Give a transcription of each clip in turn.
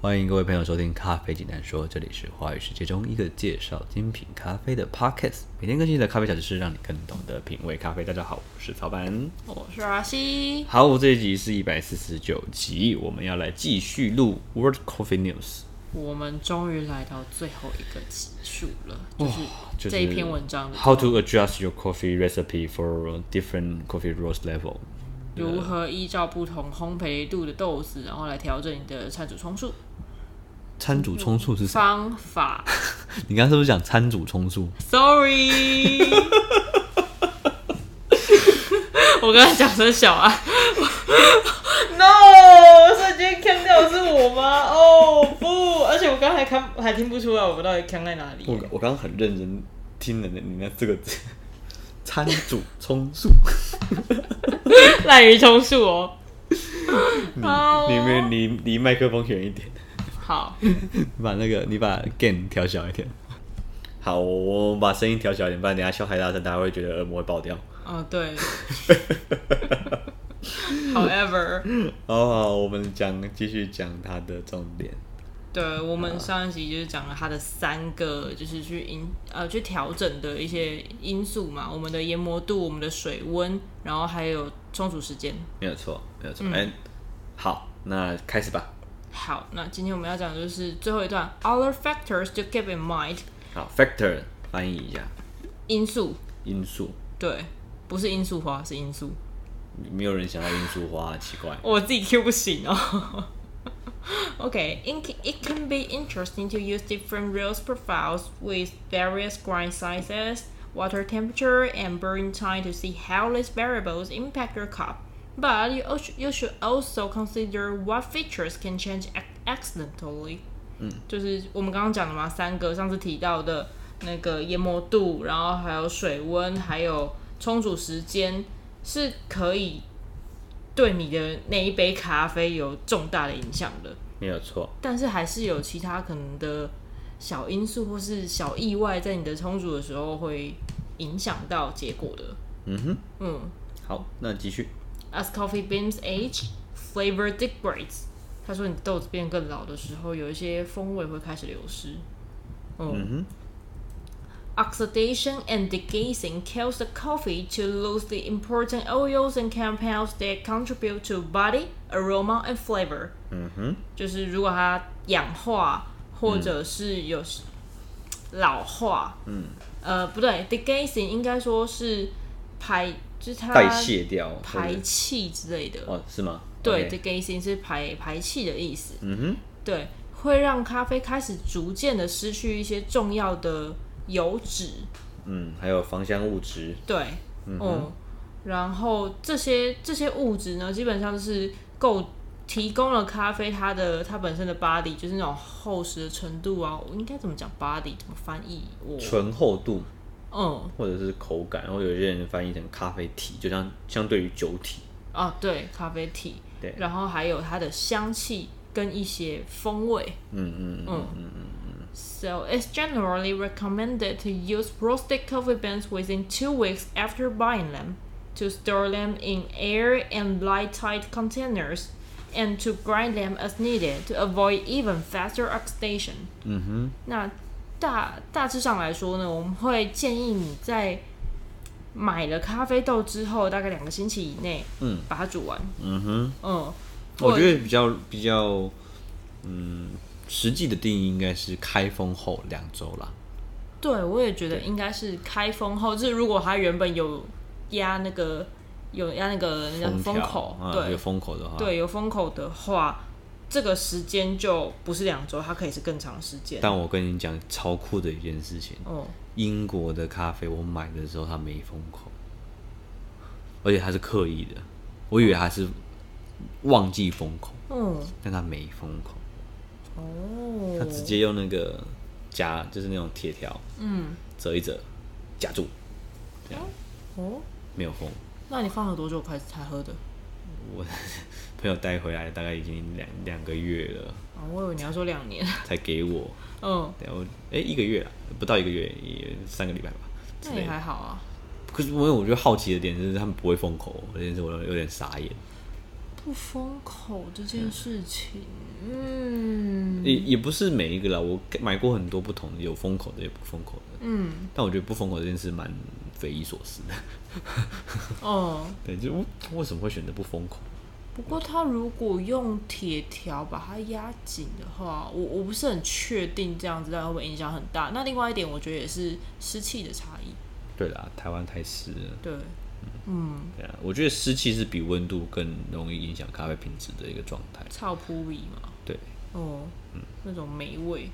欢迎各位朋友收听《咖啡简单说》，这里是华语世界中一个介绍精品咖啡的 podcast，每天更新的咖啡小知识，让你更懂得品味咖啡。大家好，我是曹板。我是阿西，好，这一集是一百四十九集，我们要来继续录 World Coffee News。我们终于来到最后一个集数了，就是这一篇文章的 How to adjust your coffee recipe for different coffee roast level。如何依照不同烘焙度的豆子，然后来调整你的餐煮冲数餐主冲数是啥？方法。你刚刚是不是讲餐主冲数？ Sorry，我刚才讲成小爱。No，瞬间坑掉的是我吗？哦、不，而且我刚才看还听不出来我们到底坑在哪里。我我刚刚很认真听了你那这个字，餐主冲数，滥竽充数哦。好你们离离麦克风远一点。好，你把那个你把 gain 调小一点。好，我把声音调小一点，不然等一下笑太大声，大家会觉得耳膜会爆掉。哦，对。However，好好，我们讲继续讲它的重点。对我们上一集就是讲了它的三个，就是去因呃去调整的一些因素嘛，我们的研磨度、我们的水温，然后还有冲煮时间。没有错，没有错。哎、好，那开始吧。好，那今天我们要讲的就是最后一段，other factors to keep in mind 好，factor 翻译一下，因素，因素。对，不是罂粟花，是因素。没有人想要罂粟花，奇怪。我自己 Q 不行哦。okay, it can, it can be interesting to use different roast profiles with various grind sizes, water temperature, and burn time to see how these variables impact your cup. But you, also, you should also consider what features can change ac- accidentally. 就是我们刚刚讲的嘛，三个上次提到的那个研磨度，然后还有水温，还有冲煮时间，是可以对你的那一杯咖啡有重大的影响的。没有错，但是还是有其他可能的小因素或是小意外，在你的冲煮的时候会影响到结果的。嗯哼，嗯好，那继续。 ，as coffee beans age, flavor degrades。他说，你豆子变更老的时候，有一些风味会开始流失。嗯嗯 Oxidation and degassing cause the coffee to lose the important oils and compounds that contribute to body, aroma, and flavor. 哼，嗯哼，就是如果它氧化或者是有时老化，嗯，呃，不对，degassing 应该说是排，就是它代谢掉或者排气之类的。哦，是吗？对 OK ，degassing 是排排气的意思。嗯哼，对，会让咖啡开始逐渐的失去一些重要的油脂。嗯，还有芳香物质，对，嗯然后这些这些物质呢，基本上是够提供了咖啡它的它本身的 body，就是那种厚实的程度啊，我应该怎么讲 body 怎么翻译？我醇厚度嗯或者是口感，然后有些人翻译成咖啡体，就像相对于酒体，啊对，咖啡体，对然后还有它的香气跟一些风味，嗯嗯嗯， So it's generally recommended to use roasted coffee beans within two weeks after buying them, to store them in air and light tight containers, and to grind them as needed to avoid even faster oxidation. 嗯那大大致上来说呢，我们会建议你在买了咖啡豆之后，大概两个星期以内，嗯，把它煮完，哼，嗯哼，嗯，我或觉得比较比较，嗯，实际的定义应该是开封后两周啦。对，我也觉得应该是开封后，就是如果它原本有压那个有压那个那个封封条口，啊对、有封口的话，，对，有封口的话，这个时间就不是两周，它可以是更长时间。但我跟你讲超酷的一件事情，哦，英国的咖啡我买的时候它没封口，而且它是刻意的，我以为它是忘记封口，嗯，但它没封口，哦，它直接用那个夹，就是那种铁条嗯，折一折夹住，这样哦，没有封。那你放了多久开始才喝的？我 朋友带回来大概已经两两个月了，啊，我以为你要说两年。 才给我，嗯，对我哎、一个月啊，不到一个月，也三个礼拜吧之那类也的。还好啊。可是我有我觉得好奇的点就是他们不会封口，这件事我有点傻眼。不封口这件事情，嗯，也也不是每一个啦，我买过很多不同的，有封口的，也不封口的。嗯，但我觉得不封口这件事蛮匪夷所思的。 哦，对，就嗯为什么会选择不封口？不过它如果用铁条把它压紧的话，我我不是很确定这样子到底会不会影响很大。那另外一点，我觉得也是湿气的差异。对啦，台湾太湿了。对，对啊，我觉得湿气是比温度更容易影响咖啡品质的一个状态。臭扑鼻嘛，对，哦，那种霉味。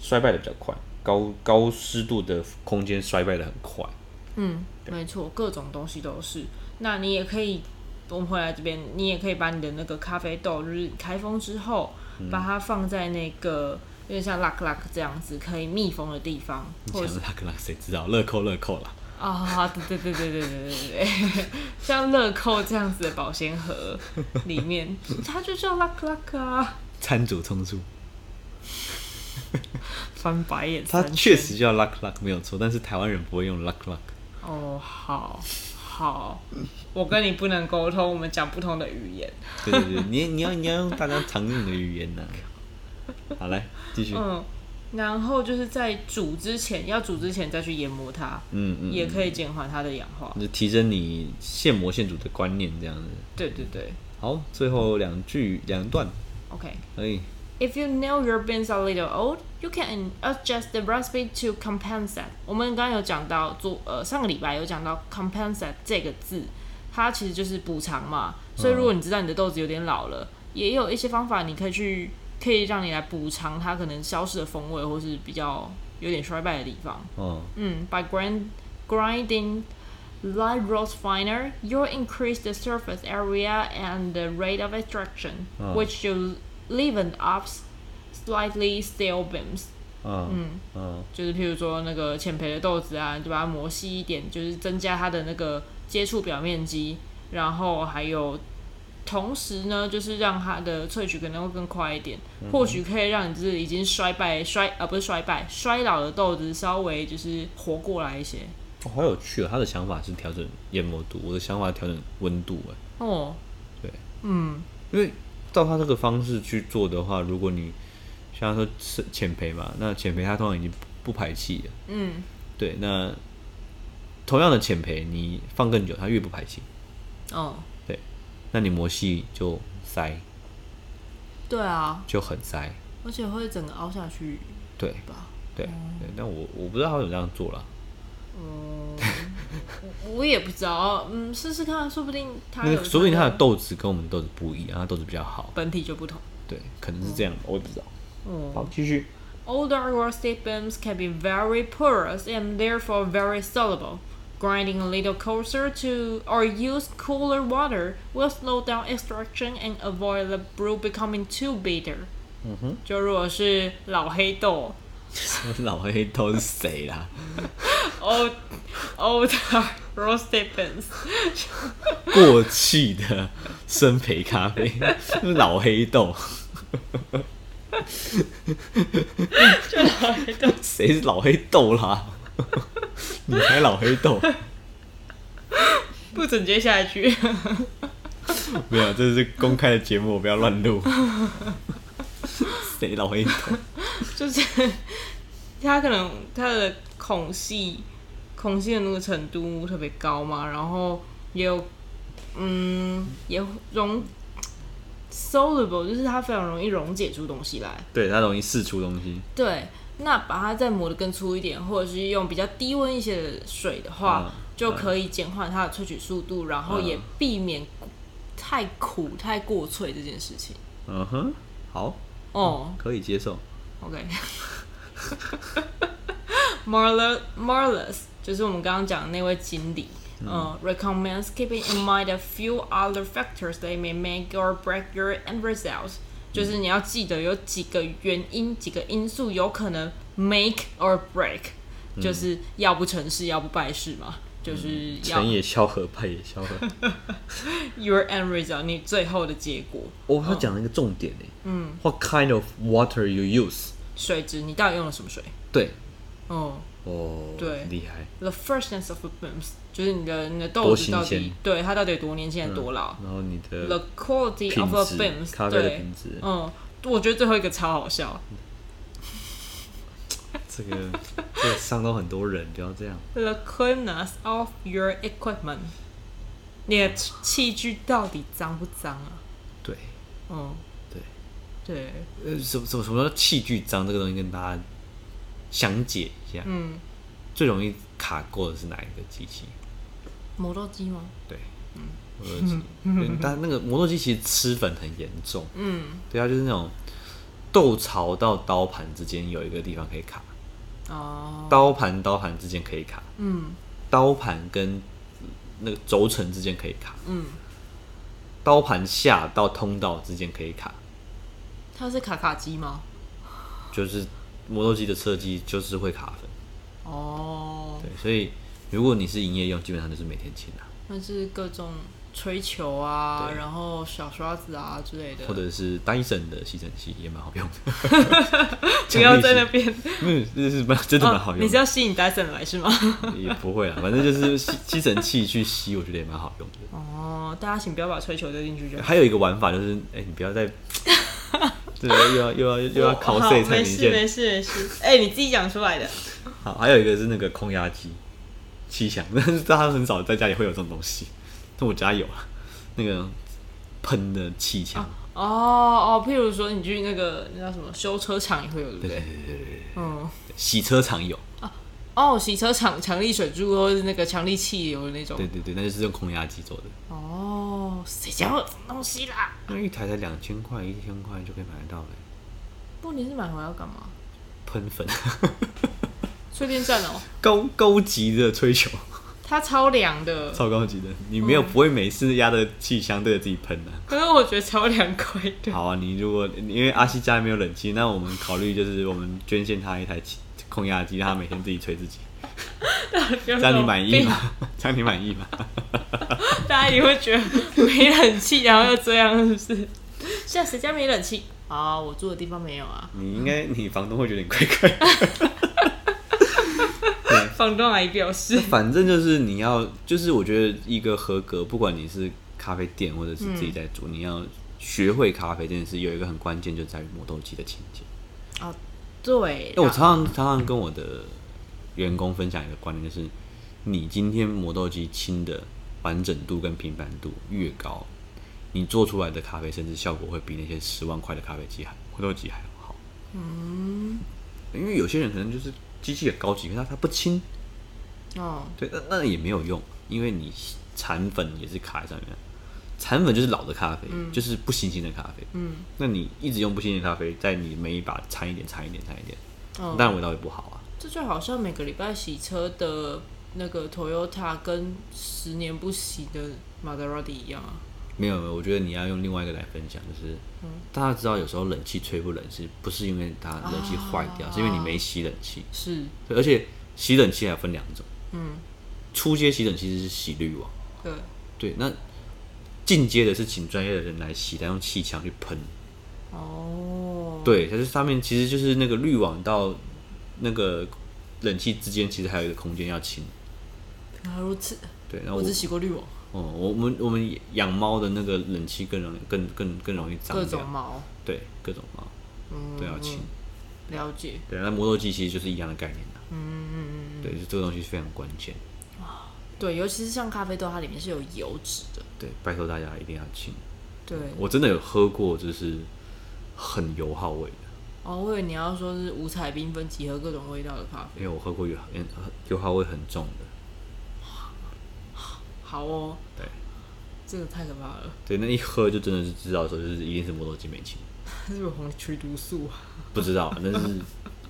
衰败的比较快，高高湿度的空间衰败的很快。嗯，没错，各种东西都是。那你也可以，我们回来这边，你也可以把你的那个咖啡豆，就是开封之后，把它放在那个有点像 lock lock 这样子可以密封的地方，你或者讲是拉格拉谁知道？乐扣乐扣啦。啊，对对对对对对对对，像乐扣这样子的保鲜盒里 面，它就叫 lock lock 啊，餐主冲出，翻白眼它三圈。确实叫 luck luck 没有错，但是台湾人不会用 luck luck。哦，好好，我跟你不能沟通，我们讲不同的语言。对对对，你你要你要用大家常用的语言呐、好，来继续。嗯，然后就是在煮之前，要煮之前再去研磨它，嗯嗯，也可以减缓它的氧化。就提升你现磨现煮的观念这样子。对对对好，最后两句两段哎，OK。可以。 If you know your beans are a little old, you can adjust the recipe to compensate. 我们刚刚有讲到，昨呃上个礼拜有讲到 compensate 这个字，它其实就是补偿嘛。所以如果你知道你的豆子有点老了，也有一些方法你可以去，可以让你来补偿它可能消失的风味，或是比较有点衰败的地方。哦， Mm, by grind, grinding light roast finer, you'll increase the surface area and the rate of extraction, Ah. which should leaven up s- slightly stale beans. 嗯嗯就是譬如说那个浅培的豆子啊，你就把它磨细一点，就是增加它的那个接触表面积，然后还有同时呢，就是让它的萃取可能会更快一点，或许可以让你就是已经衰败衰啊、不是衰败衰老的豆子稍微就是活过来一些哦，好有趣哦！他的想法是调整研磨度，我的想法调整温度哎。哦，对，嗯因为照他这个方式去做的话，如果你像他说是浅培嘛，那浅培它通常已经不排气了。嗯对，那同样的浅培，你放更久，它越不排气。哦，对，那你磨细就塞，对啊，就很塞。而且会整个凹下去对吧？对对，但我我不知道他怎么这样做啦。嗯，我我也不知道，嗯，试试看，说不定它那有，说不定它的豆子跟我们的豆子不一样，它豆子比较好。本体就不同。对，可能是这样，我也不知道。哦好，继续。 Older rusty beams can be very porous and therefore very soluble. Grinding a little closer to or use cooler water will slow down extraction and avoid the brew becoming too bitter. Mm-hmm. 就如果是老黑豆老黑豆是谁啦？ ，old older rusty beams，过气的生培咖啡，老黑豆。谁是老黑豆啦？你才老黑豆，不准接下去。 没有，这是公开的节目，不要乱录。谁老黑豆？就是它可能它的孔隙孔隙的那个程度特别高嘛，然后也有嗯也溶 soluble，就是它非常容易溶解出东西来。对，它容易释出东西。对，那把它再磨得更粗一点，或者是用比较低温一些的水的话，嗯就可以减缓它的萃取速度，然后也避免太苦太过萃这件事情。嗯哼，好，哦、可以接受。 OK。Marla Marlas 就是我们刚刚讲的那位经理。嗯、recommends keeping in mind a few other factors that may make or break your end result，、就是你要记得有几个原因、几个因素有可能 make or break，、就是要不成事，要不败事嘛，就是嗯要成也萧何，败也萧 何。 your end result，你最后的结果，哦，他讲了一个重点呢。嗯。What kind of water you use？水质你到底用了什么水？对，哦、哦，对厉害。 the freshness of the beans，就是你的你的豆多子新到鲜底对它到底有多年轻，多老、然后你 t h 的 e quality 品 of the 质， beans，咖啡的对品质，嗯，我觉得最后一个超好笑，这个 这个伤到很多人，不要这样。 The cleanliness of your equipment，你的器具到底脏不脏啊？对嗯，对，对，呃，什么什么什么叫器具脏这个东西，跟大家详解一下。嗯，最容易卡过的是哪一个机器？磨豆机吗？对，嗯磨豆机。 对但那个磨豆机其实吃粉很严重。嗯，对啊，就是那种豆槽到刀盘之间有一个地方可以卡，哦，刀盘刀盘之间可以卡，嗯刀盘跟那个轴承之间可以卡，嗯，刀盘下到通道之间可以卡，它是卡卡机吗？就是磨豆机的设计就是会卡粉。哦，对，所以如果你是营业用，基本上就是每天清啊，那是各种吹球啊，对然后小刷子啊之类的，或者是 Dyson 的吸尘器也蛮好用的。 不要在 那边，嗯，这是蛮真的蛮好哦你用是的，要吸引 Dyson 来是吗？也不会啦，啊反正就是吸吸尘器去吸，我觉得也蛮好用的。哦，大家请不要把吹球丢进去就好。还有一个玩法就是，哎、你不要再，对，又要又要又要考好碎才没明事没显。事没事，哎、你自己讲出来的。好，还有一个是那个空压机，七响，但是大家很少在家里会有这种东西，但我家有啊，那个喷的气枪，哦哦，譬如说你去那个那叫什么修车厂也会有，对对不对对？对对对对，嗯，洗车场有，哦，洗车厂强力水柱或者是那个强力汽油的那种对。对对，那就是用空压机做的，哦，谁家会有这种东西啦？那一台才两千块，一千块就可以买得到了，不，你是买回来要干嘛？喷粉，吹电站哦，高高级的吹球，它超凉的，超高级的，你没有、不会每次压着气枪对着自己喷的、可是我觉得超凉快的。好啊，你如果因为阿西家里没有冷气，那我们考虑就是我们捐献他一台气空压机，让他每天自己吹自己，这这样你满意？吗？这样你满意吗？ 大家也会觉得没冷气，然后又这样，是不是？现在谁家没冷气？啊、我住的地方没有啊。 你应该你房东会觉得你怪怪的，房东阿姨表示， 反正就是你要，就是我觉得一个合格，不管你是咖啡店或者是自己在煮，你要学会咖啡这件事，有一个很关键就在于磨豆机的情节。哦，对，啊因哎为我常常常常跟我的员工分享一个观点，就是你今天磨豆机清的完整度跟平板度越高，你做出来的咖啡甚至效果会比那些十万块的咖啡机还磨豆机还要好。嗯，因为有些人可能就是机器很高级，可是他他不清，哦，对，那那也没有用，因为你产粉也是卡在上面，产粉就是老的咖啡，就是不新鲜的咖啡。嗯，那你一直用不新鲜的咖啡，在你每一把掺一点、掺一点、掺一点，哦，当然味道会不好啊。这就好像每个礼拜洗车的那个 Toyota 跟十年不洗的 Maserati 一样啊。没有没有，我觉得你要用另外一个来分享，就是、嗯大家知道有时候冷气吹不冷是不是因为它冷气坏掉，哦是因为你没洗冷气。是，对，而且洗冷气还分两种，嗯，初阶洗冷气是洗滤网，对，对，那进阶的是请专业的人来洗，他用气枪去喷。哦，对，它就是上面其实就是那个滤网到那个冷气之间，其实还有一个空间要清。原来如此。对，然后啊我我只洗过滤网，哦，我我们我们养猫的那个冷气更容易更更更容易脏各掉种毛，对各种啊猫嗯，都要清。了解。对，那磨豆机其实就是一样的概念啦。嗯，对，就这个东西非常关键。对，尤其是像咖啡豆，它里面是有油脂的。对，拜托大家一定要清。对，我真的有喝过，就是很油耗味的，哦，我以为你要说是五彩缤纷、集合各种味道的咖因啡。为我喝过油嗯油耗味很重的。好哦，对，这个太可怕了，对，那一喝就真的是知道说，就是一定是磨豆机没清。是不是红曲毒素啊？不知道，但 是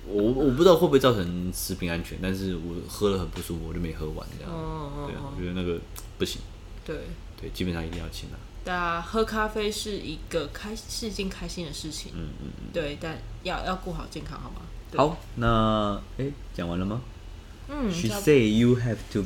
我我不知道会不会造成食品安全，但是我喝了很不舒服，我就没喝完这样。嗯对啊，嗯我嗯，觉得那个不行。对。对，基本上一定要清啊。大家喝咖啡是一个开是一件开心的事情，嗯嗯。对，但要要顾好健康，好吗？对，好，那哎，诶讲完了吗嗯， ？She 差不多 say you have to